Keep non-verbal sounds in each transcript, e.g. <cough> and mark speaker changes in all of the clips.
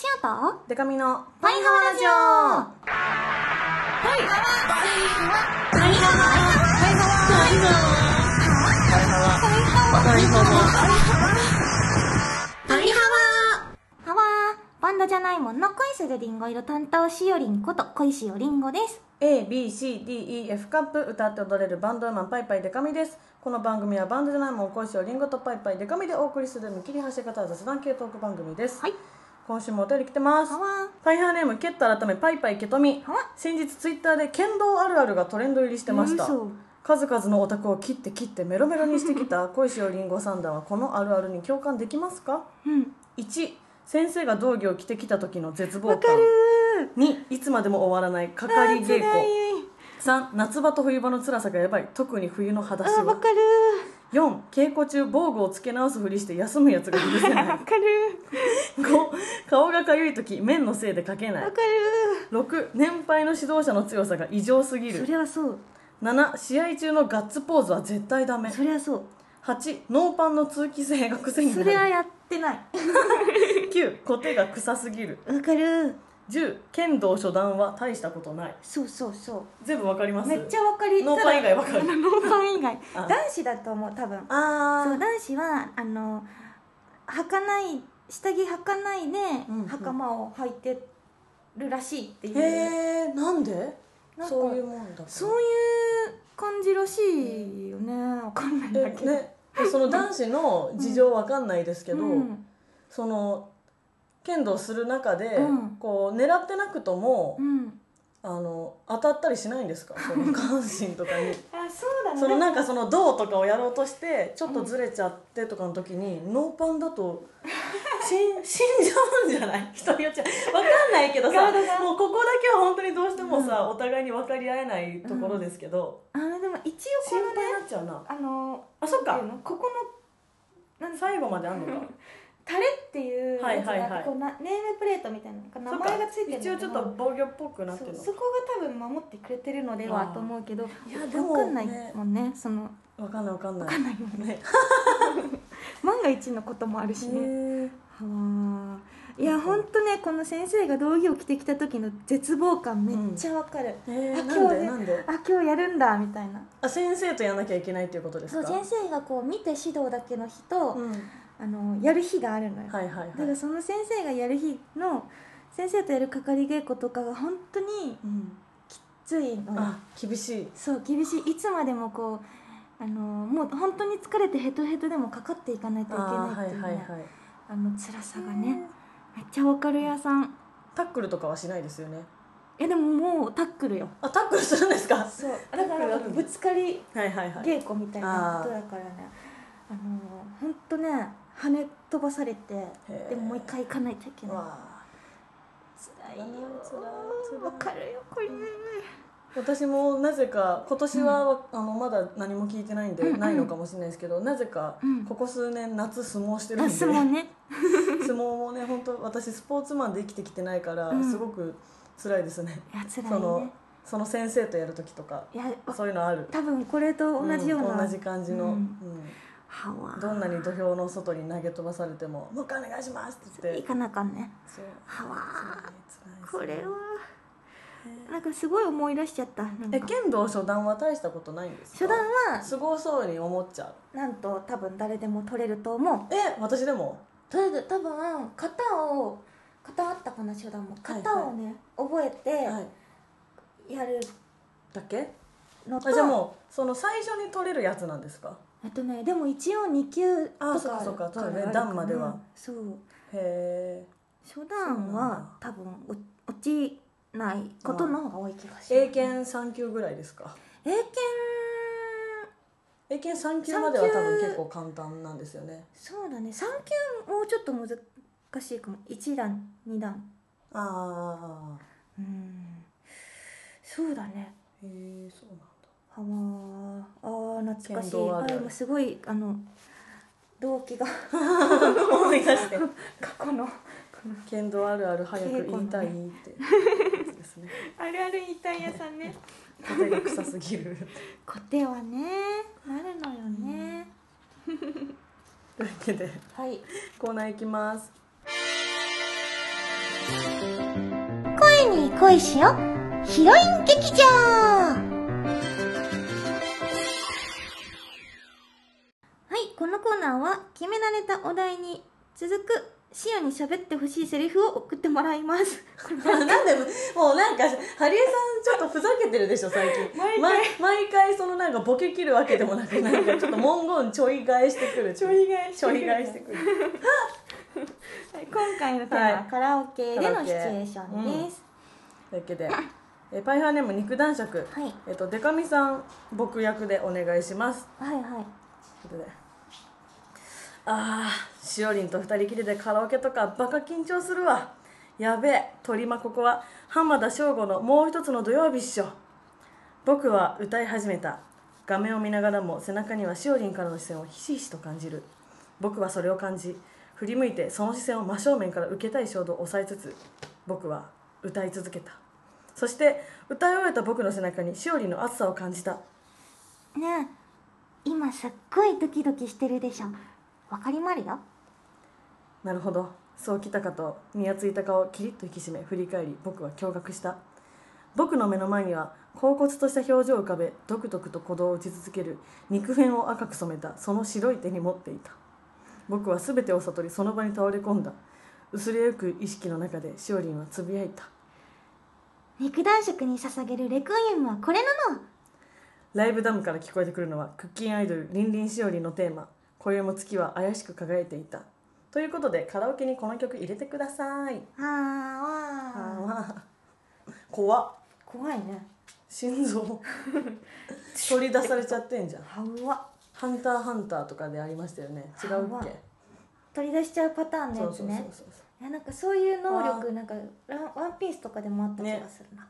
Speaker 1: と
Speaker 2: デカミの
Speaker 1: パイハワラジオパイハワパイハワパイハワパイハワパイハワパイハワパイハワハワーバンドじゃないもんの恋するりんご色担当しおりんこと恋しおりんごです。
Speaker 2: A, B, C, D, E, F カップ歌って踊れるバンドウーマンパイパイデカミですこの番組はバンドじゃないもん恋しをリンゴとパイパイデカミでお送りする見切り発車型雑談系トーク番組です、
Speaker 1: はい。
Speaker 2: 今週もお便り来てます
Speaker 1: ハワー
Speaker 2: パイハーネームケット改めパイパイケトミ
Speaker 1: ハワー
Speaker 2: 先日ツイッターで剣道あるあるがトレンド入りしてました
Speaker 1: 嘘
Speaker 2: 数々のオタクを切って切ってメロメロにしてき
Speaker 1: <laughs>
Speaker 2: た恋しおりんごさんだはこのあるあるに共感できますか
Speaker 1: うん。
Speaker 2: 1先生が道着を着てきた時の絶望
Speaker 1: わか
Speaker 2: 感
Speaker 1: る
Speaker 2: 2いつまでも終わらないか
Speaker 1: ー。
Speaker 2: かり
Speaker 1: あー
Speaker 2: 稽
Speaker 1: 辛い
Speaker 2: 古3夏場と冬場の辛さがやばい特に冬の裸
Speaker 1: あー、
Speaker 2: 足
Speaker 1: わ
Speaker 2: は
Speaker 1: かる
Speaker 2: 4稽古中防具を付け直すふりして休むやつが許せ
Speaker 1: ー。
Speaker 2: な
Speaker 1: わ
Speaker 2: い
Speaker 1: かる <laughs>
Speaker 2: 5顔がかゆい時麺のせいでかけ
Speaker 1: ー。
Speaker 2: な
Speaker 1: わ
Speaker 2: い
Speaker 1: かる
Speaker 2: 6年配の指導者の強さが異常すぎ
Speaker 1: ー。そ
Speaker 2: る
Speaker 1: れはそう。
Speaker 2: 7試合中のガッツポーズは絶対ダメ
Speaker 1: それはそう。
Speaker 2: 8ノーパンの通気性が癖に
Speaker 1: それ
Speaker 2: な
Speaker 1: は
Speaker 2: る
Speaker 1: やってない。
Speaker 2: 9コテが臭すぎる
Speaker 1: わかるー。
Speaker 2: 10剣道初段は大したことない
Speaker 1: そうそうそう。
Speaker 2: 全部わかります
Speaker 1: めっちゃわかり
Speaker 2: ノーパン以外わかる
Speaker 1: ただノーパン以外
Speaker 2: あ
Speaker 1: 男子だと思う多分
Speaker 2: あ
Speaker 1: そう
Speaker 2: ー
Speaker 1: 男子はあの履かない下着履かないで、
Speaker 2: うんうん
Speaker 1: 袴を履いてるらしいっていう
Speaker 2: へえなんで
Speaker 1: なんか
Speaker 2: そういうもんだから
Speaker 1: そういう感じらしいよねわかんないんだけ
Speaker 2: え
Speaker 1: ど、
Speaker 2: ねその男子の事情わかんないですけど、
Speaker 1: うん
Speaker 2: その剣道する中で、
Speaker 1: うん
Speaker 2: こう狙ってなくとも、
Speaker 1: うん、
Speaker 2: あの当たったりしないんです
Speaker 1: <laughs>
Speaker 2: かその下半身とかに
Speaker 1: あそうだね
Speaker 2: そのなんかその銅とかをやろうとしてちょっとずれちゃってとかの時に、ノーパンだと死ん <laughs> 死んじゃうんじゃない人によっちゃわかんないけどさ
Speaker 1: 体が
Speaker 2: もうここだけは本当にどうしてもさ、お互いに分かり合えないところですけど、
Speaker 1: あのでも一応こ
Speaker 2: 心
Speaker 1: の
Speaker 2: 配
Speaker 1: ね
Speaker 2: になっちゃうな
Speaker 1: あの
Speaker 2: あそっ
Speaker 1: なん
Speaker 2: か
Speaker 1: ていうのここのなん
Speaker 2: 最後まであんのか
Speaker 1: タレっていう
Speaker 2: はい
Speaker 1: やつが
Speaker 2: はいは
Speaker 1: あ
Speaker 2: い
Speaker 1: ってこうなネームプレートみたいなのか名
Speaker 2: そっか
Speaker 1: 前がついてるの
Speaker 2: 一応ちょっと防御っぽくなって
Speaker 1: そう
Speaker 2: るの
Speaker 1: そこが多分守ってくれてるので
Speaker 2: あ
Speaker 1: は
Speaker 2: ー
Speaker 1: と思うけど
Speaker 2: いや
Speaker 1: 分
Speaker 2: でも
Speaker 1: かんない
Speaker 2: ね
Speaker 1: もんねその
Speaker 2: わかんないわかんない
Speaker 1: 分かんないもんね
Speaker 2: ね
Speaker 1: 万が一のこともあるしね、
Speaker 2: ね
Speaker 1: はあいやほんとねこの先生が道着を着てきた時の絶望感めっちゃわかる、
Speaker 2: えー
Speaker 1: あ
Speaker 2: なん
Speaker 1: 今日
Speaker 2: で
Speaker 1: ね
Speaker 2: なんで
Speaker 1: あ今日やるんだみたいな
Speaker 2: あ先生とやんなきゃいけないっていうことです
Speaker 1: そう
Speaker 2: か
Speaker 1: 先生がこう見て指導だけの日と、
Speaker 2: うんはい
Speaker 1: あのやる日があるのよ、
Speaker 2: はいはい
Speaker 1: だからその先生がやる日の先生とやる係稽古とかが本当に
Speaker 2: うん
Speaker 1: ついのよ
Speaker 2: あ厳しい
Speaker 1: そう厳しいいつまでもこうあのもう本当に疲れてヘトヘトでもかかっていかないとい
Speaker 2: あ
Speaker 1: けない
Speaker 2: ーは
Speaker 1: っ
Speaker 2: い
Speaker 1: ていうね、
Speaker 2: はいはい
Speaker 1: あの辛さがねめっちゃわかる屋さん
Speaker 2: タックルとかはしないですよね
Speaker 1: えでももうタックルよ
Speaker 2: あタックルするんですか
Speaker 1: そう
Speaker 2: タッ
Speaker 1: だ
Speaker 2: ク
Speaker 1: か
Speaker 2: ルあ
Speaker 1: ら
Speaker 2: るんだ
Speaker 1: ぶつかり
Speaker 2: はいはいはい
Speaker 1: 稽古みたいなことだからねあの本当ね跳ね飛ばされて
Speaker 2: え
Speaker 1: でももう一回行かないといけない
Speaker 2: わあ
Speaker 1: 辛いよ
Speaker 2: 辛い辛い
Speaker 1: わかるよこれ
Speaker 2: 私もなぜか今年は、あのまだ何も聞いてないんで、
Speaker 1: うんうん
Speaker 2: ないのかもしれないですけどなぜか、
Speaker 1: うん
Speaker 2: ここ数年夏相撲してるんで
Speaker 1: あ相撲ね
Speaker 2: <laughs> 相撲もね本当私スポーツマンで生きてきてないから、
Speaker 1: うん
Speaker 2: すごく辛いですね
Speaker 1: いや辛
Speaker 2: そ
Speaker 1: いね
Speaker 2: のその先生とやる時とか
Speaker 1: いやわ
Speaker 2: そういうのある
Speaker 1: 多分これと同じような、
Speaker 2: ん同じ感じの、
Speaker 1: う
Speaker 2: うんん
Speaker 1: はわ
Speaker 2: どんなに土俵の外に投げ飛ばされても「もう一回お願いします」って言っ
Speaker 1: 行
Speaker 2: て
Speaker 1: かなあかんね
Speaker 2: そう
Speaker 1: はわこ
Speaker 2: 辛いですね辛いですね
Speaker 1: れはなんかすごい思い出しちゃったなんか
Speaker 2: え剣道初段は大したことないんですか
Speaker 1: 初段は
Speaker 2: すごそうに思っちゃう
Speaker 1: なんと多分誰でも取れると思う
Speaker 2: え私でも
Speaker 1: とりあえず多分型を型あったかな初段も
Speaker 2: はいはい
Speaker 1: 型をね、覚
Speaker 2: は
Speaker 1: え
Speaker 2: い
Speaker 1: てやる
Speaker 2: だけ
Speaker 1: のと、
Speaker 2: あじゃあもうその最初に取れるやつなんですか
Speaker 1: えっとねでも一応2級とか
Speaker 2: あそっかそっかそうね
Speaker 1: ある
Speaker 2: 段までは
Speaker 1: うんそう
Speaker 2: へえ
Speaker 1: 初段
Speaker 2: そうなんだ
Speaker 1: は多分落落ちないことの方が多い気がします
Speaker 2: 英検3級ぐらいですか
Speaker 1: 英検
Speaker 2: 英検3級までは多分結構簡単なんですよね
Speaker 1: そうだね3級もうちょっと難しいかも1段2段
Speaker 2: ああ
Speaker 1: うんそうだね
Speaker 2: へえそうな
Speaker 1: はまあー懐かしい
Speaker 2: 剣道ある
Speaker 1: あ今すごいあの動機が <laughs>
Speaker 2: んだ思い出して
Speaker 1: 過去の
Speaker 2: 剣道あるある早く言いたいってやつですね
Speaker 1: あるある言いたい屋さん
Speaker 2: <laughs>
Speaker 1: ね
Speaker 2: 手が臭すぎる
Speaker 1: コテはねなるのよね、
Speaker 2: というわけで
Speaker 1: はい
Speaker 2: コーナー行きます
Speaker 1: 恋しよヒロイン劇場はいこのコーナーは決められたお題に続くシオに喋ってほしいセリフを送ってもらいますこれ
Speaker 2: なんでもうなんかハリエさんちょっとふざけてるでしょ最近
Speaker 1: 毎回
Speaker 2: ま毎回そのなんかボケ切るわけでもなくなんかちょっと文言ちょい替えしてくる
Speaker 1: ちょい替えして
Speaker 2: ち
Speaker 1: く
Speaker 2: ょ
Speaker 1: る
Speaker 2: い替えしてくる
Speaker 1: はい今回のテーマはカラオケでのシチュエーションです、
Speaker 2: だけ
Speaker 1: <laughs>
Speaker 2: でえパイハーネーム肉男爵、
Speaker 1: はい
Speaker 2: えっとデカミさん僕役でお願いします
Speaker 1: はいはい
Speaker 2: ということでああしおりんと二人きりでカラオケとかバカ緊張するわやべえ鳥間ここは浜田省吾のもう一つの土曜日っしょ僕は歌い始めた画面を見ながらも背中にはしおりんからの視線をひしひしと感じる僕はそれを感じ振り向いてその視線を真正面から受けたい衝動を抑えつつ僕は歌い続けたそして歌い終えた僕の背中にしおりんの熱さを感じた
Speaker 1: ねえ今すっごいドキドキしてるでしょわかりまるよ
Speaker 2: なるほどそうきたかとにやついた顔をキリッと引き締め振り返り僕は驚愕した僕の目の前には恍惚とした表情を浮かべドクドクと鼓動を打ち続ける肉片を赤く染めたその白い手に持っていた僕は全てを悟りその場に倒れ込んだ薄れゆく意識の中でしおりんはつぶやいた
Speaker 1: 肉男色に捧げるレクイエムはこれなの
Speaker 2: ライブダムから聞こえてくるのはクッキンアイドルリンリンしおりんのテーマ今宵も月は怪しく輝いていたということでカラオケにこの曲入れてください
Speaker 1: あーわー
Speaker 2: あー怖っ
Speaker 1: 怖いね
Speaker 2: 心臓 <laughs> 取り出されちゃってんじゃん
Speaker 1: はうわ
Speaker 2: 「ハンターハンター」とかでありましたよね違うっけ
Speaker 1: 取り出しちゃうパターンの
Speaker 2: そ
Speaker 1: や
Speaker 2: う
Speaker 1: つ
Speaker 2: そうそう
Speaker 1: ね
Speaker 2: そう
Speaker 1: いやなんかそういう能
Speaker 2: あ
Speaker 1: 力
Speaker 2: ー
Speaker 1: なんかランワンピースとかでもあった気がするな、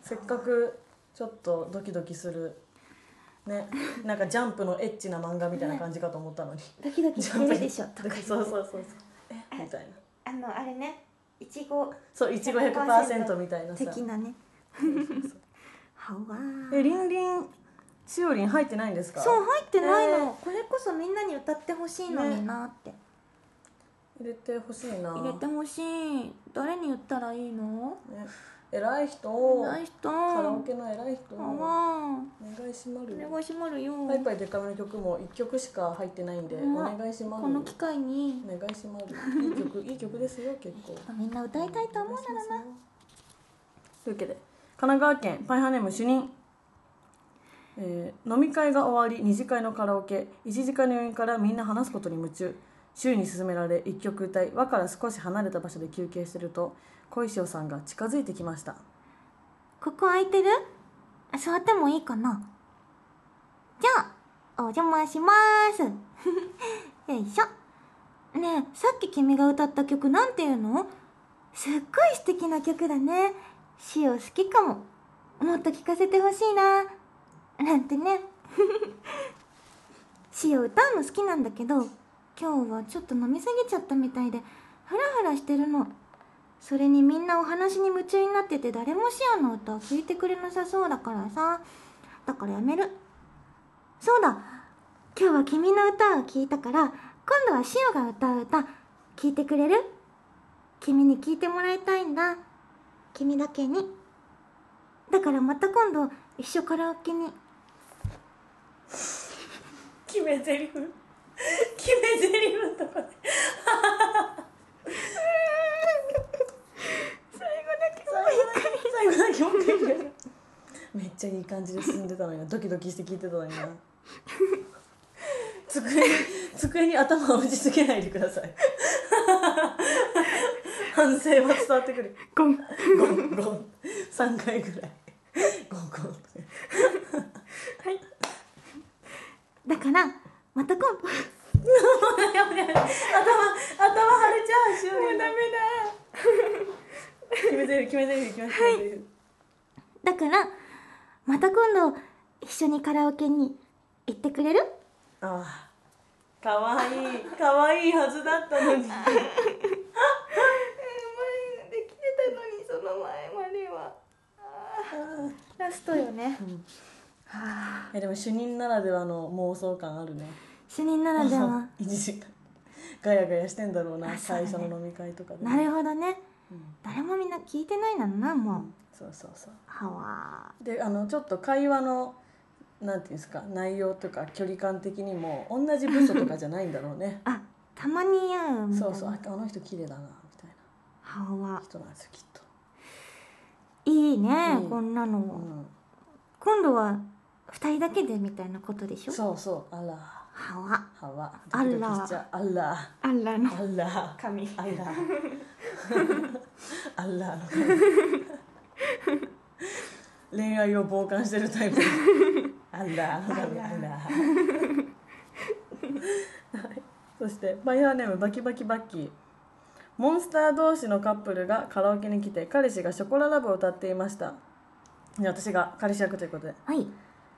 Speaker 2: せっかくちょっとドキドキする <laughs> ねなんかジャンプのエッチな漫画みたいな感じかと思 <laughs> ったのに、
Speaker 1: ドキドキ
Speaker 2: ジ
Speaker 1: し
Speaker 2: ャン
Speaker 1: て
Speaker 2: プ
Speaker 1: るでしょとか言って
Speaker 2: そうそうそうそうえみたいな
Speaker 1: あのあれねいちご
Speaker 2: そういちご100%みたいなさ
Speaker 1: 的なねはうわー
Speaker 2: えりんりんしおりん入ってないんですか
Speaker 1: そう入ってないの、
Speaker 2: えー
Speaker 1: これこそみんなに歌ってほしいのになって、
Speaker 2: 入れてほしいな
Speaker 1: 入れてほしい誰に言ったらいいの
Speaker 2: ね、偉い人
Speaker 1: ない人
Speaker 2: カラオ
Speaker 1: あ
Speaker 2: ケの偉い人お
Speaker 1: わ
Speaker 2: 願いしま
Speaker 1: ー
Speaker 2: る
Speaker 1: お願いしまるよ
Speaker 2: パイパイデカミの曲も1曲しか入ってないんで、
Speaker 1: うん
Speaker 2: お願いしまる
Speaker 1: この機会に
Speaker 2: お願いしまるいい曲いい曲ですよ結構
Speaker 1: みんな歌いたいと思うならな
Speaker 2: なというわけで神奈川県パイハーネーム主任えー飲み会が終わり二次会のカラオケ一次会の余韻からみんな話すことに夢中周囲に勧められ一曲歌い和から少し離れた場所で休憩してると小石尾さんが近づいてきました
Speaker 1: ここ空いてるあ座ってもいいかなじゃあお邪魔しまーす <laughs> よいしょねえさっき君が歌った曲なんていうのすっごい素敵な曲だねシオ好きかももっと聴かせてほしいななんてね <laughs> シオ歌うの好きなんだけど今日はちょっと飲みすぎちゃったみたいでハラハラしてるのそれにみんなお話に夢中になってて誰もシアの歌を聴いてくれなさそうだからさだからやめるそうだ今日は君の歌を聴いたから今度はシオが歌う歌聴いてくれる君に聴いてもらいたいんだ君だけにだからまた今度一緒カラオケに
Speaker 2: 決め台詞 <laughs> 決め台詞のとこで最後だけもう一回最後だけもう一回めっちゃいい感じで進んでたのになドキドキして聞いてたのにな机に机に頭を打ちつけないでください反省は伝わってくる
Speaker 1: ゴン
Speaker 2: ゴンゴン3回ぐらいゴンゴン
Speaker 1: だからまた今度
Speaker 2: やばいやばい頭頭腫れちゃうしおりもうダメだ決めてる決めてる決めてる、
Speaker 1: だからまた今度一緒にカラオケに行ってくれる
Speaker 2: ああかわいいかわいいはずだったのに
Speaker 1: 前できてたのにその前まではラストよね、はあ
Speaker 2: えでも主任ならではの妄想感あるね
Speaker 1: 主任ならでは
Speaker 2: 一時間ガヤガヤしてんだろうな
Speaker 1: あそうだ
Speaker 2: 最
Speaker 1: ね
Speaker 2: 初の飲み会とかで
Speaker 1: なるほどね、
Speaker 2: ん
Speaker 1: 誰もみんな聞いてないなのなもう
Speaker 2: そうそうそう
Speaker 1: はわ
Speaker 2: であのちょっと会話のなんていうんですか内容とか距離感的にも同じ部署とかじゃないんだろうね
Speaker 1: あたまに会うみたいな
Speaker 2: そうそうああの人綺麗だなみたい
Speaker 1: はわ
Speaker 2: な人なんですよきっと、
Speaker 1: いいね、
Speaker 2: うん
Speaker 1: こんなの、
Speaker 2: うん、
Speaker 1: 今度は二人だけでみたいなことでしょ
Speaker 2: そうそうあら
Speaker 1: はわ
Speaker 2: はわ
Speaker 1: あら
Speaker 2: ドキドキしちゃうあら
Speaker 1: あらの
Speaker 2: あら
Speaker 1: 髪
Speaker 2: あら <laughs> あらの恋愛を傍観してるタイプあらあらあらはいそしてバイアーネームバキバキバッキーモンスター同士のカップルがカラオケに来て彼氏が「ショコララブ」を歌っていましたで私が彼氏役ということで
Speaker 1: はい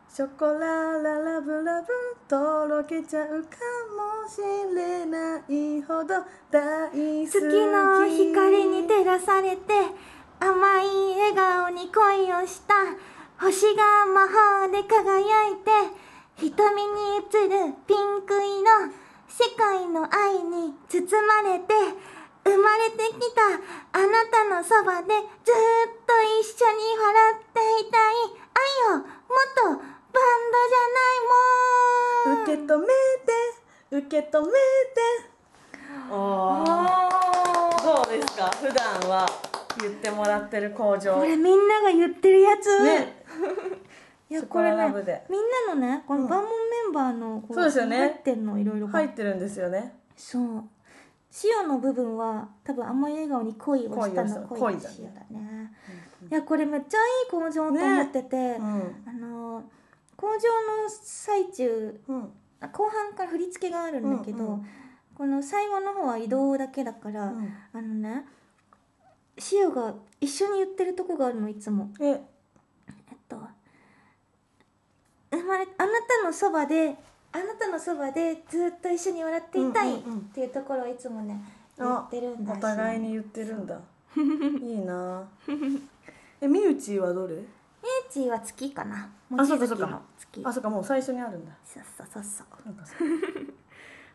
Speaker 2: ショコラララブラブとろけちゃうかもしれないほど大好き
Speaker 1: 月の光に照らされて甘い笑顔に恋をした星が魔法で輝いて瞳に映るピンク色世界の愛に包まれて生まれてきたあなたのそばでずっと一緒に笑っていたい愛をもっとバンド
Speaker 2: 受
Speaker 1: じ
Speaker 2: け
Speaker 1: ゃないもん
Speaker 2: 止めて受け止めておーどうですか普段は言ってもらってる工場
Speaker 1: これみんなが言ってるやつ
Speaker 2: ね
Speaker 1: いや
Speaker 2: そ
Speaker 1: こ
Speaker 2: こ
Speaker 1: れ
Speaker 2: ら
Speaker 1: ね
Speaker 2: ラブで
Speaker 1: みんなのねこのバーモンメンバーのこ
Speaker 2: そうですよね
Speaker 1: 入ってんのいろいろ
Speaker 2: 入ってるんですよね
Speaker 1: そう塩の部分は多分甘い笑顔に恋をしたの
Speaker 2: 恋
Speaker 1: 恋の
Speaker 2: をした恋
Speaker 1: 塩
Speaker 2: だね
Speaker 1: だねいやこれめっちゃいい工場と思ってて、
Speaker 2: うん
Speaker 1: あのー工場の最中
Speaker 2: うん
Speaker 1: あ後半から振り付けがあるんだけど、
Speaker 2: うんうん
Speaker 1: この最後の方は移動だけだから、
Speaker 2: うん
Speaker 1: あのね塩が一緒に言ってるとこがあるのいつも
Speaker 2: え
Speaker 1: えっと生まれあなたのそばであなたのそばでずっと一緒に笑っていたい
Speaker 2: うんうんうん
Speaker 1: っていうところをいつもね言
Speaker 2: あ
Speaker 1: ってるんだ
Speaker 2: お互いに言ってるんだいいなえみうちはどれ
Speaker 1: メイチは月かな
Speaker 2: あそう
Speaker 1: 望
Speaker 2: かそう
Speaker 1: 月
Speaker 2: か
Speaker 1: の月
Speaker 2: あそうかもう最初にあるんだ
Speaker 1: そうそうそうそう
Speaker 2: なんかさ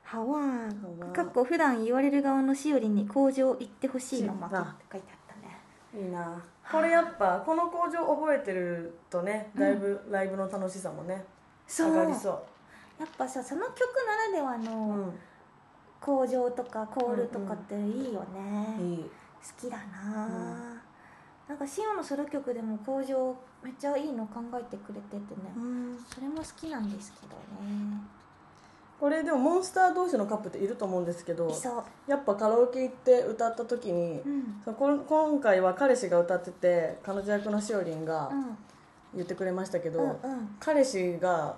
Speaker 1: ハワ
Speaker 2: ハワ
Speaker 1: ーかっこ普段言われる側のしおりに工場行ってほしいのま
Speaker 2: そう
Speaker 1: たっ
Speaker 2: だ
Speaker 1: て書いてあったね
Speaker 2: いいなこれやっぱこの工場覚えてるとねだいぶライブの楽しさもね、
Speaker 1: そう
Speaker 2: 上が
Speaker 1: やっ
Speaker 2: りそ
Speaker 1: ぱさその曲ならでは
Speaker 2: う、
Speaker 1: の
Speaker 2: う
Speaker 1: 工場とかコールとかっていいよね、
Speaker 2: ん、いい
Speaker 1: 好きだなあ、なんかシオのソロ曲でも工場めっちゃいいの考えてくれててね、それも好きなんですけどね
Speaker 2: これでもモンスター同士のカップっていると思うんですけど
Speaker 1: いそう、
Speaker 2: やっぱカラオケ行って歌った時に、
Speaker 1: うん
Speaker 2: そうこん今回は彼氏が歌ってて彼女役のしおりんが
Speaker 1: うん、
Speaker 2: 言ってくれましたけど、
Speaker 1: うんうん
Speaker 2: 彼氏が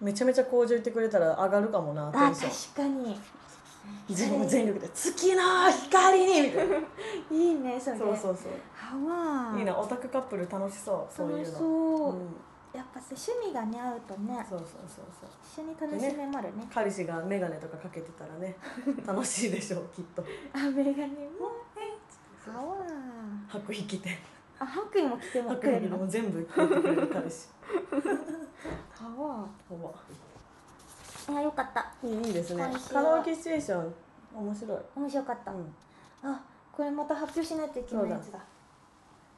Speaker 2: めちゃめちゃ向上行ってくれたら上がるかもなテ
Speaker 1: あ
Speaker 2: ンション
Speaker 1: 確かに
Speaker 2: 全全力で「月の光に」みたいな
Speaker 1: <laughs> いいねそれ
Speaker 2: そうそうそう
Speaker 1: ハワ
Speaker 2: いいなオタクカップル楽しそうそうい
Speaker 1: 楽し
Speaker 2: うの
Speaker 1: そう
Speaker 2: うん
Speaker 1: やっぱさ趣味がね合うとね
Speaker 2: そうそうそうそう
Speaker 1: 一緒に楽しめまるね
Speaker 2: 彼氏が眼鏡とかかけてたら <laughs> ね楽しいでしょうきっと
Speaker 1: あメガネも
Speaker 2: そう
Speaker 1: ハワー
Speaker 2: 白衣着て
Speaker 1: あ白衣も着ても
Speaker 2: 白
Speaker 1: くれ
Speaker 2: 衣
Speaker 1: る
Speaker 2: 着ても
Speaker 1: の
Speaker 2: う全部着てくれる彼氏
Speaker 1: ハワ
Speaker 2: ほぼ
Speaker 1: ーあよかった
Speaker 2: いいいいですね
Speaker 1: 今週
Speaker 2: カ
Speaker 1: は
Speaker 2: ラオケシチュエーション面白い、
Speaker 1: 面白かった、
Speaker 2: うん、
Speaker 1: あこれまた発表しないといけないやつだ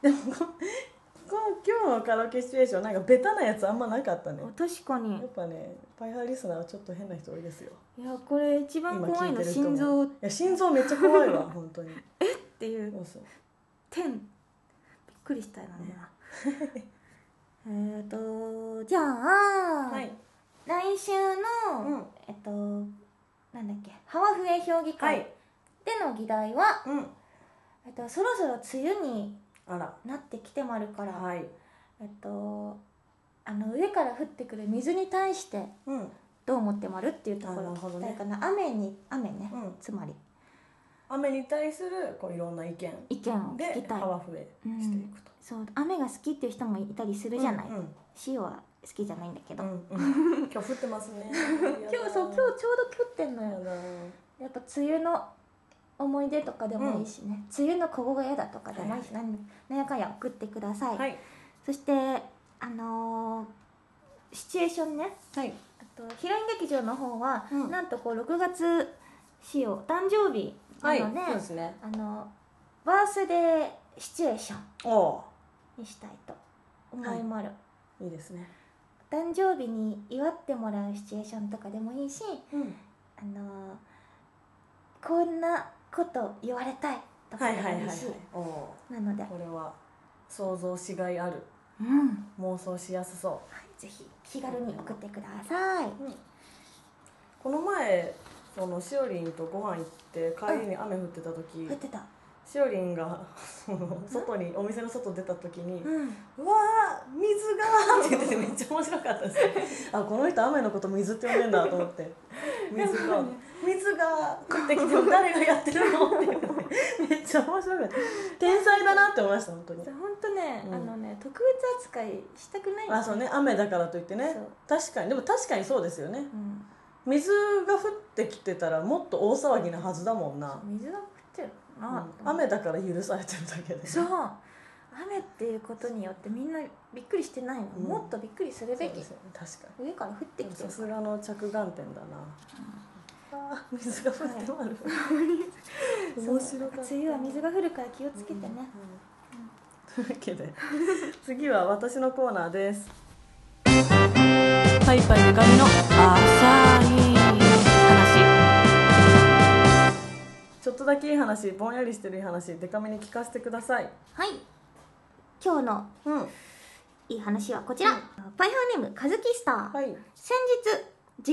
Speaker 2: でもここ今日のカラオケシチュエーションなんかベタなやつあんまなかったね
Speaker 1: あ確かに
Speaker 2: やっぱねパイハーリスナーはちょっと変な人多いですよ
Speaker 1: いやこれ一番怖いの
Speaker 2: 人も
Speaker 1: 心臓っ
Speaker 2: いや心臓めっちゃ怖いわ <laughs> 本当に
Speaker 1: ていう
Speaker 2: そうそう
Speaker 1: 点びっくりしたよね <laughs> えっとじゃあ、
Speaker 2: はい
Speaker 1: 来週の、
Speaker 2: うん
Speaker 1: えっとなんだっけハワフエ評議
Speaker 2: は
Speaker 1: 会
Speaker 2: い
Speaker 1: での議題は、
Speaker 2: うん
Speaker 1: えっと、そろそろ梅雨に
Speaker 2: あら
Speaker 1: なってきてまるから、
Speaker 2: はい
Speaker 1: えっとあの上から降ってくる水に対して
Speaker 2: うん
Speaker 1: どう思ってまるっていうところ
Speaker 2: なるほど
Speaker 1: 聞き
Speaker 2: ね
Speaker 1: たいかな雨に雨ね、
Speaker 2: うん
Speaker 1: つまり
Speaker 2: 雨に対するこういろんな意見
Speaker 1: 意見を聞き
Speaker 2: で
Speaker 1: たい
Speaker 2: 幅増えしていくと、
Speaker 1: そう雨が好きっていう人もいたりするじゃない、
Speaker 2: うんうん
Speaker 1: 塩は好きじゃないんだけど、
Speaker 2: う
Speaker 1: <laughs>
Speaker 2: んうん、今日降ってますね
Speaker 1: 今日そう今日ちょうど降ってんの
Speaker 2: や
Speaker 1: よ
Speaker 2: だ
Speaker 1: やっぱ梅雨の思い出とかでもいいしね、梅雨のここが嫌だとかでもいいし、何なんやかんや送ってください、
Speaker 2: はい
Speaker 1: そしてあのーシチュエーションね
Speaker 2: はい
Speaker 1: あとヒロイン劇場の方は、
Speaker 2: うん
Speaker 1: なんとこう6月仕様誕生日なので、
Speaker 2: そうですね
Speaker 1: あのバースデーシチュエーショ
Speaker 2: お
Speaker 1: ンにしたいと思いまる、
Speaker 2: ーいいですね
Speaker 1: 誕生日に祝ってもらうシチュエーションとかでもいいし
Speaker 2: うん
Speaker 1: あのーこんなこと言われたいと
Speaker 2: は
Speaker 1: か
Speaker 2: い
Speaker 1: で
Speaker 2: はいはい
Speaker 1: も
Speaker 2: はい
Speaker 1: いいし
Speaker 2: おー
Speaker 1: なので
Speaker 2: これは想像しがいある
Speaker 1: うん、は
Speaker 2: 妄想しやすそう
Speaker 1: い、ぜひ気軽に送ってください
Speaker 2: この前そのしおりんとご飯行って帰りに雨降ってた時、
Speaker 1: 降ってた
Speaker 2: しおりんがその外にお店の外出た時に
Speaker 1: うん
Speaker 2: 「うわー水が!」って言ってて <laughs> めっちゃ面白かったですあこの人雨のこと水って呼んでんだと思 <laughs> って水が水が降ってきても誰がやってるのって言っててめっちゃ面白かった天才だなって思いました本当に
Speaker 1: 本当ね、
Speaker 2: うん
Speaker 1: あのね特別扱いしたくないん
Speaker 2: あそうね雨だからといってね
Speaker 1: そう
Speaker 2: 確かにでも確かにそうですよね
Speaker 1: うん、
Speaker 2: 水が降ってきてたらもっと大騒ぎなはずだもんな、
Speaker 1: 水が降ってる
Speaker 2: う
Speaker 1: な、
Speaker 2: ん、雨だから許されてるだけで
Speaker 1: そう雨っていうことによってみんなびっくりしてないの、
Speaker 2: うん
Speaker 1: もっとびっくりするべ
Speaker 2: そう
Speaker 1: き、
Speaker 2: ですよね確かに
Speaker 1: 上から降ってきて
Speaker 2: さ
Speaker 1: るか
Speaker 2: す
Speaker 1: ら
Speaker 2: がの着眼点だな、あー水が降ってまる、 <laughs> 面白かった
Speaker 1: 梅雨は水が降るから気をつけてね、
Speaker 2: というわけで <laughs> 次は私のコーナーですパイパイで髪の浅い話ちょっとだけいい話ぼんやりしてるいい話デカめに聞かせてください
Speaker 1: はい今日の
Speaker 2: うんはい
Speaker 1: い話はこちら、パイハーネームカズキスター、先日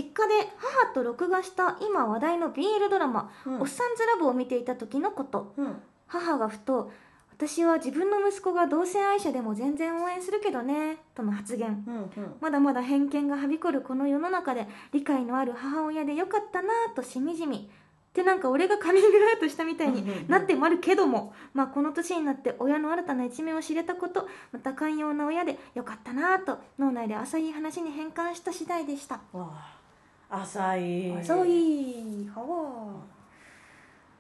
Speaker 1: 実家で母と録画した今話題の BL ドラマ「
Speaker 2: うん
Speaker 1: おっさんずラブ」を見ていた時のこと
Speaker 2: うん
Speaker 1: 母がふと「私は自分の息子が同性愛者でも全然応援するけどね」との発言
Speaker 2: うんうん
Speaker 1: まだまだ偏見がはびこるこの世の中で理解のある母親でよかったなぁとしみじみってなんか俺がカミングアウトしたみたいに
Speaker 2: うんうんうん
Speaker 1: なってまるけども、まあこの年になって親の新たな一面を知れたことまた寛容な親でよかったなぁと脳内で浅い話に変換した次第でした
Speaker 2: わあ浅い
Speaker 1: そういほ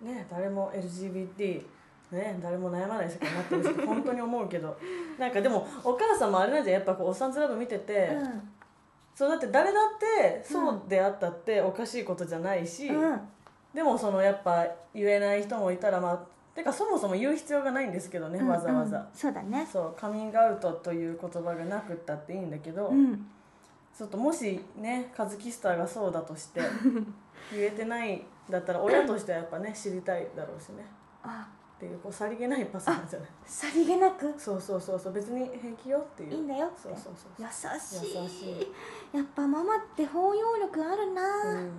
Speaker 2: ね誰も LGBT ね誰も悩まない世界になってるし
Speaker 1: <laughs>
Speaker 2: 本当に思うけどなんかでもお母さんもあれなんじゃないやっぱこう「おっさんずラブ」見てて、
Speaker 1: う
Speaker 2: そうだって誰だってそうであったっておかしいことじゃないし、
Speaker 1: うんうん
Speaker 2: でもそのやっぱ言えない人もいたらまあてかそもそも言う必要がないんですけどねわざわざ、
Speaker 1: うんうんそうだね
Speaker 2: そうカミングアウトという言葉がなくったっていいんだけど、
Speaker 1: うん
Speaker 2: ちょっともしねカズキスターがそうだとして
Speaker 1: <laughs>
Speaker 2: 言えてないんだったら親としてはやっぱね知りたいだろうしね
Speaker 1: あ
Speaker 2: っていうこうさりげないパスなんじゃない
Speaker 1: さりげなく
Speaker 2: そうそうそうそう別に平気よっていう
Speaker 1: いいんだよって
Speaker 2: そうそうそう
Speaker 1: 優しい
Speaker 2: 優しい
Speaker 1: やっぱママって包容力あるなぁ、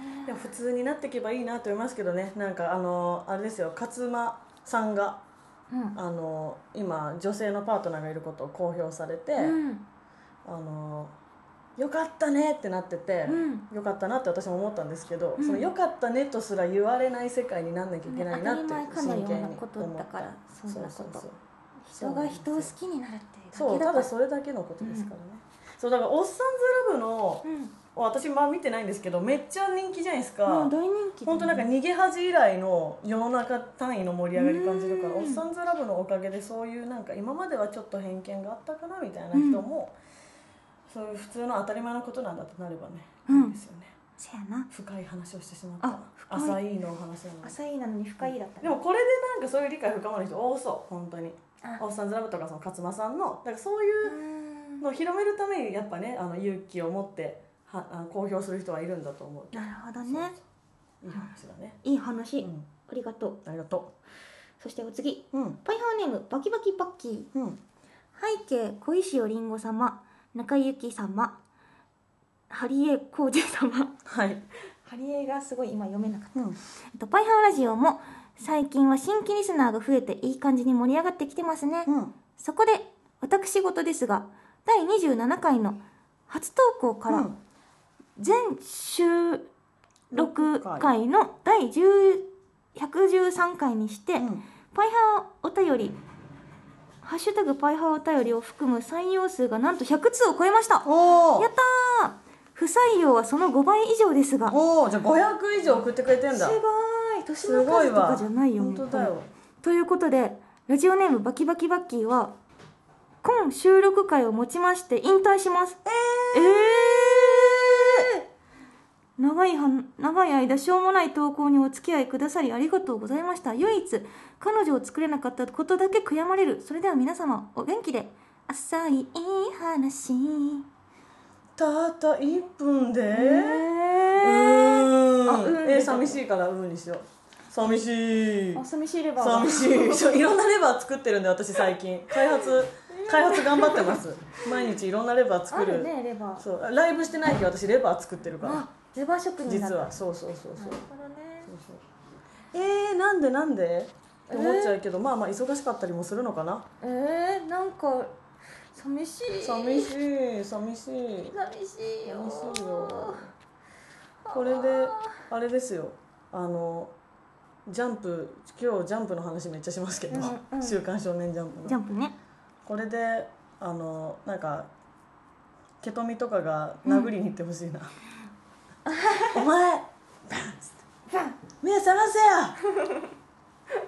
Speaker 2: うん、でも普通になっていけばいいなと思いますけどねなんかあのあれですよ勝間さんが
Speaker 1: うん
Speaker 2: あの今女性のパートナーがいることを公表されて、
Speaker 1: うん
Speaker 2: あのよかったねってなってて、
Speaker 1: うん
Speaker 2: よかったなって私も思ったんですけど、
Speaker 1: うん
Speaker 2: そのよかったねとすら言われない世界になんなきゃいけ
Speaker 1: ね
Speaker 2: ない
Speaker 1: 当
Speaker 2: な
Speaker 1: た
Speaker 2: って
Speaker 1: り前かのような
Speaker 2: 思
Speaker 1: こ
Speaker 2: った
Speaker 1: とだからそんなこ
Speaker 2: そうそうそう
Speaker 1: と人が人を好きになるっていう
Speaker 2: そう
Speaker 1: だけ
Speaker 2: ただ
Speaker 1: だから
Speaker 2: それだけのことですからね、そうだから「おっさんずラブの」
Speaker 1: う
Speaker 2: 私まあ見てないんですけどめっちゃ人気じゃないですか、
Speaker 1: んもう大人気
Speaker 2: 本当なんか
Speaker 1: か
Speaker 2: 逃げ恥以来の世の中単位の盛り上がり感じるから
Speaker 1: う
Speaker 2: 「お
Speaker 1: ん
Speaker 2: っさんずラブ」のおかげでそういうなんか今まではちょっと偏見があったかなみたいな人も、そういう普通の当たり前のことなんだとなればね、
Speaker 1: うん
Speaker 2: いいですよね
Speaker 1: せやな
Speaker 2: 深い話をしてしまった
Speaker 1: あ深い
Speaker 2: 浅いのお話なのに
Speaker 1: 浅いなのに深いだったね
Speaker 2: でもこれでなんかそういう理解深まる人多そう本当に「
Speaker 1: あ
Speaker 2: おっさんずラブ」とかその勝間さんのなんかそういうう
Speaker 1: ーんな
Speaker 2: のを広めるためにやっぱねあの勇気を持ってはあの公表する人はいるんだと思うけど
Speaker 1: るほどね
Speaker 2: そうそういい話だね、
Speaker 1: いい話、
Speaker 2: うん、
Speaker 1: ありがとう
Speaker 2: ありがと
Speaker 1: そしてお次
Speaker 2: ううん
Speaker 1: パイハーネームバキバキバッキー
Speaker 2: うん
Speaker 1: 背景小石よりんご様中井ゆき様ハリエコージ様 <laughs>
Speaker 2: はい
Speaker 1: ハリエがすごい今読めなかった
Speaker 2: うん
Speaker 1: えっと、パイハーラジオも最近は新規リスナーが増えていい感じに盛り上がってきてますね。
Speaker 2: うん
Speaker 1: そこで、私事ですが、第27回の初投稿か
Speaker 2: う
Speaker 1: ら
Speaker 2: ん、
Speaker 1: 全収録回の第10 113回にして、
Speaker 2: うん
Speaker 1: パイハーお便り、ハッシュタグパイハーお便りを含む採用数がなんと100通を超えました。やっ
Speaker 2: おー
Speaker 1: たー不採用はその5倍以上ですが、
Speaker 2: おーじゃあ500以上送ってくれてん
Speaker 1: す
Speaker 2: だ
Speaker 1: ごい年の数とかじゃないよ
Speaker 2: 本当だよ
Speaker 1: ということでラジオネームバキバキバッキーは今収録会をもちまして引退しますええ長いは長い間しょうもない投稿にお付き合いくださりありがとうございました唯一彼女を作れなかったことだけ悔やまれるそれでは皆様お元気で浅いいい話
Speaker 2: たった1分で、
Speaker 1: え
Speaker 2: うーん
Speaker 1: あうん
Speaker 2: え寂しいからうんにしよう寂しい
Speaker 1: あ寂しいレバー
Speaker 2: 寂しいそういろんなレバー作ってるんで私最近開発開発頑張ってます毎日いろんなレバー
Speaker 1: あ
Speaker 2: 作る
Speaker 1: るねレバー
Speaker 2: そうライブしてないけど私レバー作ってるから
Speaker 1: あレバー職人だ
Speaker 2: 実はそうそうそう
Speaker 1: な
Speaker 2: そう
Speaker 1: るほどね
Speaker 2: そうそうえー、なんでなんでって思っちゃうけど、まあまあ忙しかったりもするのかな
Speaker 1: えー、なんか寂しい
Speaker 2: 寂しい寂しい
Speaker 1: 寂しいよ
Speaker 2: 寂しいよこれであれですよあのジャンプ今日ジャンプの話めっちゃしますけど「
Speaker 1: うんうん
Speaker 2: 週刊少年ジャンプの」
Speaker 1: ジャンプね
Speaker 2: これであのなんかケトミとかが殴りに行ってほしいな「 <laughs> お前
Speaker 1: バン
Speaker 2: 目覚ませよ! 」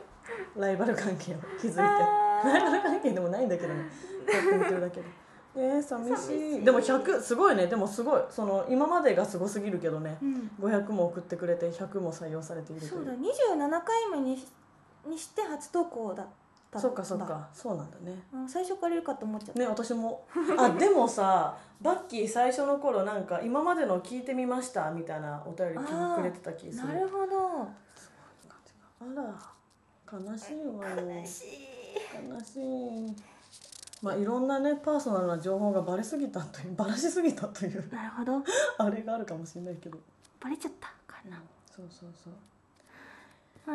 Speaker 2: <laughs> ライバル関係を築いて
Speaker 1: あー
Speaker 2: ライバル関係でもないんだけどねケトミとだけど。えー、寂し
Speaker 1: 寂
Speaker 2: い
Speaker 1: しい
Speaker 2: でも100すごいねでもすごいその今までがすごすぎるけどね
Speaker 1: うん
Speaker 2: 500も送ってくれて100も採用されているとい
Speaker 1: そうだ27回目にしにして初投稿だったんだ
Speaker 2: そうかそうかそうなんだね
Speaker 1: うん最初からいるかと思っちゃった、
Speaker 2: ね私も
Speaker 1: <laughs>
Speaker 2: あでもさバッキー最初の頃なんか今までの聞いてみましたみたいなお便り
Speaker 1: あー
Speaker 2: くれてた気す
Speaker 1: な
Speaker 2: る
Speaker 1: るほど
Speaker 2: あら悲しいわよ
Speaker 1: 悲しい
Speaker 2: 悲しいまあいろんなねパーソナルな情報がバレすぎたというバラしすぎたという <laughs>
Speaker 1: なるほど
Speaker 2: あれがあるかもしれないけど
Speaker 1: バレちゃったかな
Speaker 2: そうそうそう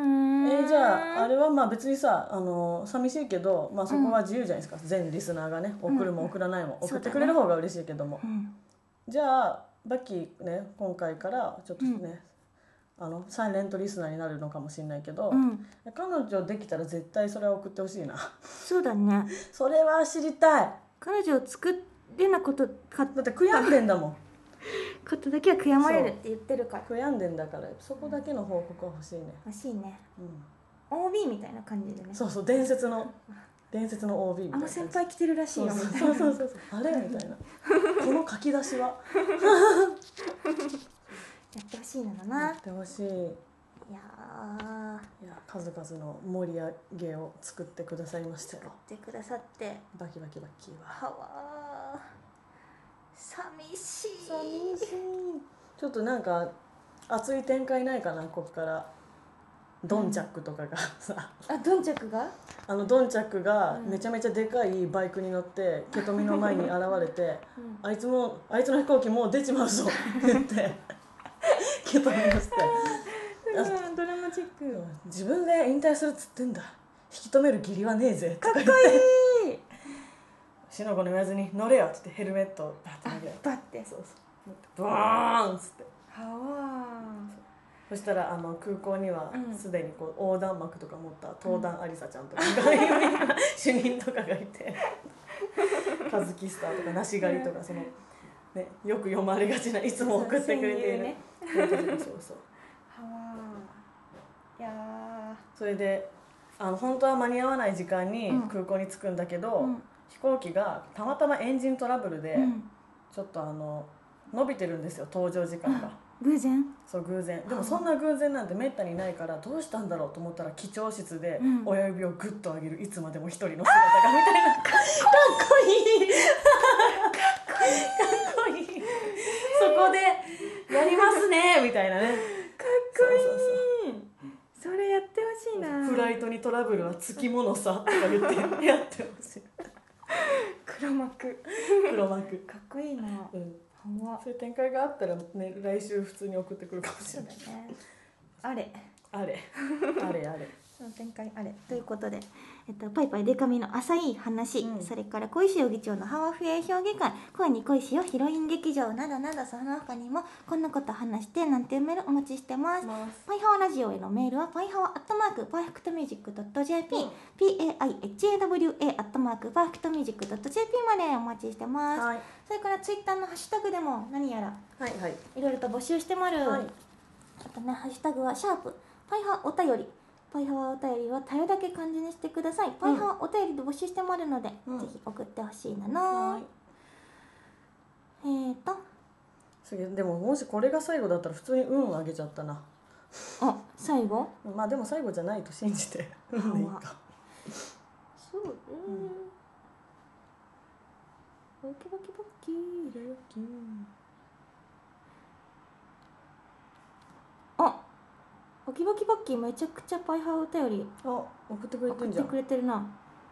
Speaker 1: うーん
Speaker 2: えーじゃああれはまあ別にさあの寂しいけど、まあ、そこは自由じゃないですか、全リスナーがね送るも送らないも、
Speaker 1: うん
Speaker 2: 送ってくれる方が嬉しいけども、
Speaker 1: うん
Speaker 2: じゃあバッキーね今回からちょっとね、あのサイレントリスナーになるのかもしれないけど、
Speaker 1: うん
Speaker 2: 彼女できたら絶対それは送ってほしいな <laughs>
Speaker 1: そうだね
Speaker 2: それは知りたい
Speaker 1: 彼女を作れなことか
Speaker 2: だって悔やんでんだもん
Speaker 1: ことだけは悔やまれるって言ってるから
Speaker 2: 悔やんでんだからそこだけの報告は欲しいね、
Speaker 1: らしいね
Speaker 2: うん、
Speaker 1: OB みたいな感じでね
Speaker 2: そうそう伝説の伝説の OB みた
Speaker 1: あ
Speaker 2: いな
Speaker 1: の先輩来てるらしい
Speaker 2: そう
Speaker 1: よみ
Speaker 2: そ
Speaker 1: たい
Speaker 2: うそ
Speaker 1: な
Speaker 2: うそうそうあれみたいなこの書き出しは
Speaker 1: やってほしいのか
Speaker 2: や
Speaker 1: な
Speaker 2: ってほしい
Speaker 1: いやー
Speaker 2: いや数々の盛り上げを作ってくださいましたよ
Speaker 1: やってくださって
Speaker 2: バキバキバッキー
Speaker 1: は
Speaker 2: は
Speaker 1: わー寂しい
Speaker 2: 寂しいちょっとなんか熱い展開ないかなここからドンチャックとかがさ、
Speaker 1: あドンチャクが
Speaker 2: あのドンチャックが
Speaker 1: うん
Speaker 2: めちゃめちゃでかいバイクに乗ってケトミ
Speaker 1: <laughs>
Speaker 2: の前に現れて
Speaker 1: うん
Speaker 2: 「あいつもあいつの飛行機もう出ちまうぞ」って言ってケトミ乗せて
Speaker 1: ドラマチック
Speaker 2: 「自分で引退するっつってんだ引き止める義理はねえぜ」とか言って
Speaker 1: かっこ
Speaker 2: <laughs>
Speaker 1: いい
Speaker 2: 「しのこの言わずに乗れよ」って言ってヘルメットをバッて投げて
Speaker 1: バッて
Speaker 2: そうそうブーンっつって。
Speaker 1: はわ
Speaker 2: そしたらあの空港には
Speaker 1: うん
Speaker 2: すでにこう横断幕とか持った東壇ありさちゃんとか <laughs> が、主任とかが
Speaker 1: <laughs>
Speaker 2: いて「カズキスター」とか「梨狩り」とかその、ね、よく読まれがちないつも送ってくれている、そうそ
Speaker 1: ー
Speaker 2: う
Speaker 1: はわーいや
Speaker 2: それであの本当は間に合わない時間に
Speaker 1: うん
Speaker 2: 空港に着くんだけど、
Speaker 1: うん
Speaker 2: 飛行機がたまたまエンジントラブルで、
Speaker 1: ー、うん、
Speaker 2: ちょっとあの伸びてるんですよ搭乗時間が。
Speaker 1: 偶然
Speaker 2: そう偶然でもそんな偶然なんてめったにないからどうしたんだろうと思ったら貴重室で
Speaker 1: うん
Speaker 2: 親指をグッと上げるいつまでも一人の姿がみたいなかっこいいかっこいいかっこいいそこでやりますねみたいなね
Speaker 1: かっ
Speaker 2: こいい
Speaker 1: それやってほしいな
Speaker 2: フライトにトラブルはつきものさとか言ってやってほしい
Speaker 1: 黒幕
Speaker 2: 黒幕
Speaker 1: かっこいいなは
Speaker 2: うん
Speaker 1: わ
Speaker 2: そういう展開があったらね来週普通に送ってくるかもし
Speaker 1: そ
Speaker 2: れ
Speaker 1: う
Speaker 2: ない
Speaker 1: だねあれ
Speaker 2: あれあれあれ
Speaker 1: その展開あれということで、えっと、パイパイデカミの浅い話、
Speaker 2: うん
Speaker 1: それから小石容議長のハワフエ評議会恋に恋しよヒロイン劇場などなどその他にもこんなこと話してなんていうメールお待ちしてます
Speaker 2: ます
Speaker 1: パイハワラジオへのメールはパイハワアットマークパーフェクトミュージックドット JP、
Speaker 2: うん
Speaker 1: PAIHAWA アットマークパーフェクトミュージックドット JP までお待ちしてます、
Speaker 2: はい
Speaker 1: それからツイッターのハッシュタグでも何やら
Speaker 2: はいはい
Speaker 1: いろいろと募集してまる、
Speaker 2: はい
Speaker 1: あとね、ハッシュタグは、シャープ、パイハお便り。パイハワお便りは、たよだけ漢字にしてください。パイハワお便りで募集してもあるので、
Speaker 2: うん
Speaker 1: ぜひ送ってほしいな
Speaker 2: は
Speaker 1: の
Speaker 2: い。
Speaker 1: えーと、
Speaker 2: すげえでももしこれが最後だったら普通に運あげちゃったな
Speaker 1: あ最後
Speaker 2: まあでも最後じゃないと信じて運でいいか
Speaker 1: そううん
Speaker 2: バキバキバキララキ
Speaker 1: あバキバキバッキーめちゃくちゃパイハーお便り
Speaker 2: あ送ってくれて
Speaker 1: 送っ
Speaker 2: んじ
Speaker 1: て
Speaker 2: ゃん
Speaker 1: くれてるな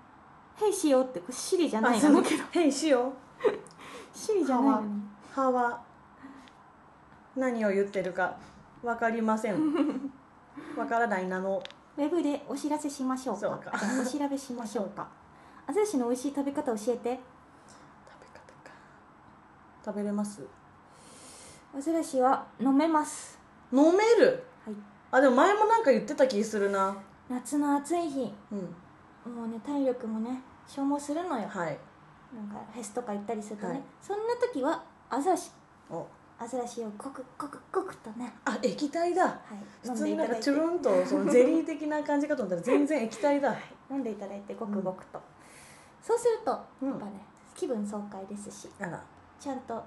Speaker 1: 「ヘイしよう」ってこれシリじゃ
Speaker 2: あ
Speaker 1: ない
Speaker 2: そう
Speaker 1: の
Speaker 2: へいしよ
Speaker 1: シリじゃないの
Speaker 2: ハワ
Speaker 1: に
Speaker 2: はは何を言ってるかわかりませんわからないなの
Speaker 1: ウェブでお知らせしましょう
Speaker 2: そ
Speaker 1: か
Speaker 2: うか
Speaker 1: お調べしましょうかあずしの美味しい食べ方教えて
Speaker 2: 食べ方か食べれます
Speaker 1: あずしは飲めます
Speaker 2: 飲める
Speaker 1: はい
Speaker 2: あでも前もなんか言ってた気するな
Speaker 1: 夏の暑い日
Speaker 2: うん
Speaker 1: もうね体力もね消耗するのよ
Speaker 2: はい
Speaker 1: なんかフェスとか行ったりするとね、
Speaker 2: はい
Speaker 1: そんな時はアザラシ
Speaker 2: お
Speaker 1: アザラシをコクコクコクとね、
Speaker 2: あ液体だ
Speaker 1: はい、
Speaker 2: 普
Speaker 1: 飲ん
Speaker 2: 通
Speaker 1: で
Speaker 2: に
Speaker 1: い
Speaker 2: な
Speaker 1: た
Speaker 2: んか
Speaker 1: だい
Speaker 2: チ
Speaker 1: て
Speaker 2: ュルンとそのゼリー的な感じかと思ったら全然液体だ
Speaker 1: 飲んでいただいてごくごくと、そうするとや
Speaker 2: うん
Speaker 1: っぱね気分爽快ですし
Speaker 2: あら
Speaker 1: ちゃんと、あのー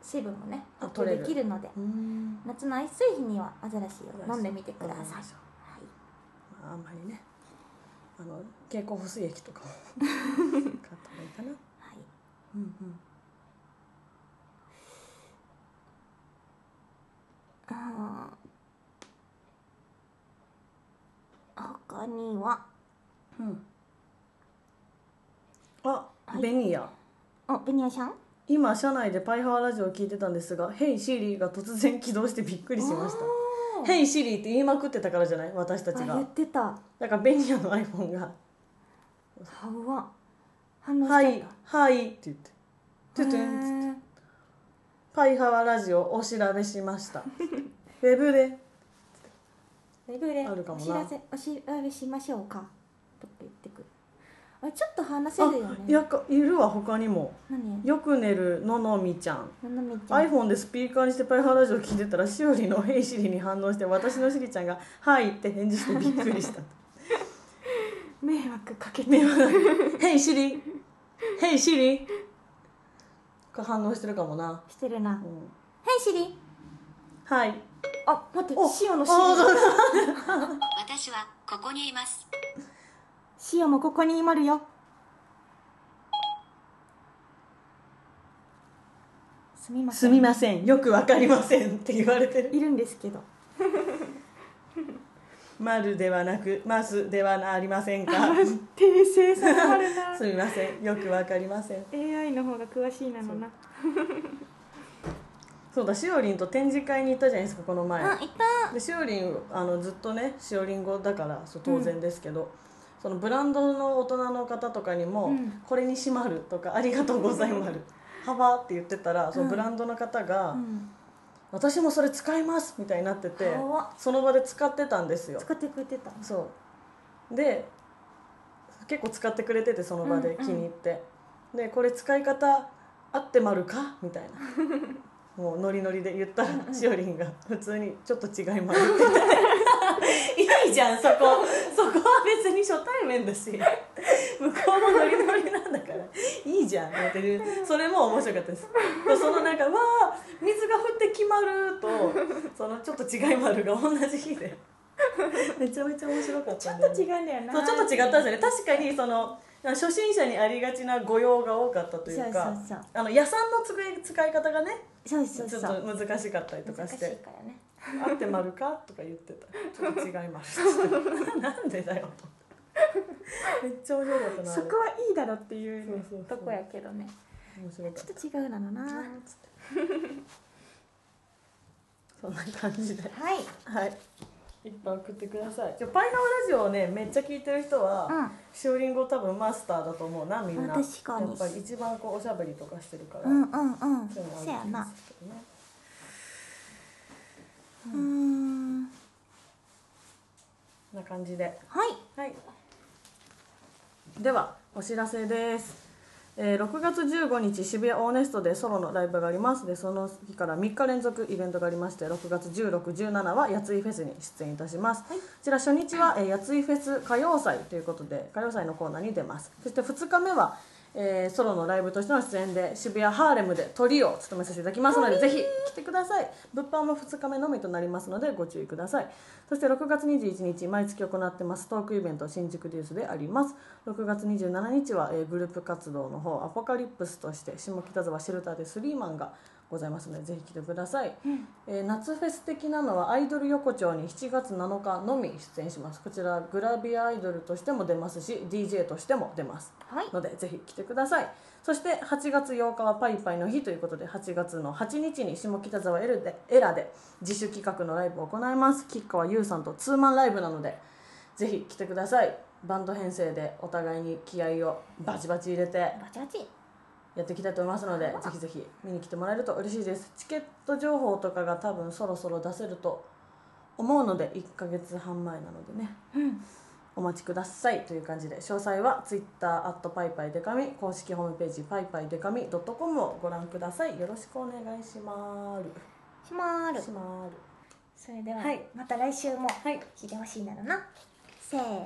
Speaker 1: 水分もね
Speaker 2: あ
Speaker 1: 補給できるので
Speaker 2: うーん
Speaker 1: 夏の暑い日にはアザラシを飲んでみてくだ
Speaker 2: 飲み
Speaker 1: さい
Speaker 2: ましょう
Speaker 1: はい
Speaker 2: まああんまりねあの蛍光補水液とかも買った方がいいかな
Speaker 1: はい、
Speaker 2: うんうん
Speaker 1: あー他には
Speaker 2: うん。あ、
Speaker 1: はい
Speaker 2: ベニヤ。
Speaker 1: おベニヤさん
Speaker 2: 今車内でパイハワラジオを聞いてたんですが、ヘイシリーが突然起動してびっくりしまし
Speaker 1: おー
Speaker 2: た。ヘイシリーって言いまくってたからじゃない私たち
Speaker 1: あ言
Speaker 2: が
Speaker 1: っ。てた
Speaker 2: だからベニヤの iPhone が、
Speaker 1: はうわ反応しちゃ
Speaker 2: は
Speaker 1: った
Speaker 2: い、はいって言って。トゥトゥンっつって
Speaker 1: へー
Speaker 2: パイハワラジオお調べしました。 <laughs> ウェブで。
Speaker 1: ウェブで
Speaker 2: あるか
Speaker 1: お
Speaker 2: もな
Speaker 1: 知らせお調べしましょうかとか言ってくるあちょっと話せ
Speaker 2: あ
Speaker 1: るよね、
Speaker 2: やっかいるわ、他にも。
Speaker 1: 何
Speaker 2: よく寝るののみちゃん。
Speaker 1: ななみちゃん
Speaker 2: iPhone でスピーカーにしてパイハーラジオ聞いてたらしおりの「ヘイシリ」に反応して私のしりちゃんが「はい」って返事してびっくりした
Speaker 1: 迷惑かけ
Speaker 2: 「ねえヘイシリヘイシリ」が反応してるかもな、
Speaker 1: してるな
Speaker 2: <laughs> う
Speaker 1: 「
Speaker 2: ん、
Speaker 1: はいシリ
Speaker 2: はい」
Speaker 1: あ待って
Speaker 2: お
Speaker 1: シオのシ
Speaker 2: あそうだ
Speaker 3: 私はここにいます
Speaker 1: シオもここにいまるよすみませ
Speaker 2: す
Speaker 1: ん
Speaker 2: みませんよくわかりません」って言われてる
Speaker 1: いるんですけど
Speaker 2: 「まるではなくますではありませんか」
Speaker 1: 訂正されはるな <laughs>
Speaker 2: すみませんよくわかりません
Speaker 1: AI の方が詳しいなのな
Speaker 2: そうだしおりんと展示会に行ったじゃないですかこの前
Speaker 1: あいた
Speaker 2: でしおりんあのずっとねしおりん語だからそう当然ですけど、そのブランドの大人の方とかにも「
Speaker 1: うん
Speaker 2: これにしまる」とか「ありがとうございまる」「幅」って言ってたらそのブランドの方が
Speaker 1: う
Speaker 2: 「
Speaker 1: ん
Speaker 2: 私もそれ使います」みたいになってて
Speaker 1: かわ
Speaker 2: その場で使ってたんですよ。
Speaker 1: 使ってくれてた
Speaker 2: そうで結構使ってくれててその場
Speaker 1: うん
Speaker 2: で
Speaker 1: うん
Speaker 2: 気に入って、でこれ使い方合ってまるかみたい <laughs> なもうノリノリで言ったらしおり <laughs> んが普通にちょっと違いますって言って <laughs> いいじゃんそこそこは別に初対面だし向こうもノリノリなんだからいいじゃんって言ってそれも面白かったですでそのなんか「わあ水が降って決まる」とそのちょっと違い丸が同じ日でめちゃめちゃ面白かったんだよ
Speaker 1: 違
Speaker 2: ね、
Speaker 1: うんだよな
Speaker 2: そうちょっと違ったんですよね確かにその初心者にありがちな誤用が多かったというか
Speaker 1: そうそうそう
Speaker 2: あの野産の机使い方がね
Speaker 1: そうそうそう
Speaker 2: ちょっと難しかったりとか
Speaker 1: 難し
Speaker 2: し
Speaker 1: い
Speaker 2: て
Speaker 1: からね
Speaker 2: 「合ってまるか?」とか言ってた「ちょっと違います」 <laughs> ってなんでだよとめっちゃ面白かったなあれ
Speaker 1: はいいだろってい
Speaker 2: そうそうそう
Speaker 1: とこやけどね
Speaker 2: 面白かっ
Speaker 1: ちょっと違うなのな
Speaker 2: た
Speaker 1: は
Speaker 2: なーっつってそんな感じで
Speaker 1: い
Speaker 2: はいいっぱい送ってくださいじゃあパイナオラジオをねめっちゃ聞いてる人は、
Speaker 1: うん
Speaker 2: しおりんご多分マスターだと思うなみんな
Speaker 1: 確かに
Speaker 2: やっぱり一番こうおしゃべりとかしてるから、
Speaker 1: うんうんうん
Speaker 2: そういうのある
Speaker 1: せやなん
Speaker 2: ですけどね
Speaker 1: うーん
Speaker 2: こんな感じで
Speaker 1: はい
Speaker 2: はいではお知らせですえー6月15日渋谷オーネストでソロのライブがありますでその日から3日連続イベントがありまして6月1617はやついフェスに出演いたします、こちら初日は、えーやついフェス歌謡祭ということで歌謡祭のコーナーに出ますそして2日目は、えーソロのライブとしての出演で渋谷ハーレムでトリを務めさせていただきますのでぜひ来てください物販も2日目のみとなりますのでご注意くださいそして6月21日毎月行ってますトークイベント新宿デュースであります6月27日は、えーグループ活動の方アポカリプスとして下北沢シェルターでスリーマンがございますのでぜひ来てください、えー夏フェス的なのはアイドル横丁に7月7日のみ出演しますこちらグラビアアイドルとしても出ますし DJ としても出ます
Speaker 1: はい
Speaker 2: のでぜひ来てくださいそして8月8日はパイパイの日ということで8月の8日に下北沢エルでエラで自主企画のライブを行います吉川優さんとツーマンライブなのでぜひ来てくださいバンド編成でお互いに気合をバチバチ入れて
Speaker 1: バチバチ
Speaker 2: やっていきたいと思いますのでぜひぜひ見に来てもらえると嬉しいですチケット情報とかが多分そろそろ出せると思うので1ヶ月半前なのでね
Speaker 1: うん
Speaker 2: お待ちくださいという感じで詳細は Twitter パイパイデカミ公式ホームページパイパイデカミ .com をご覧くださいよろしくお願いしまーる
Speaker 1: しまーる
Speaker 2: しまーる
Speaker 1: それでは、
Speaker 2: はい
Speaker 1: また来週も
Speaker 2: はい
Speaker 1: 聞いてほしいならな、せーの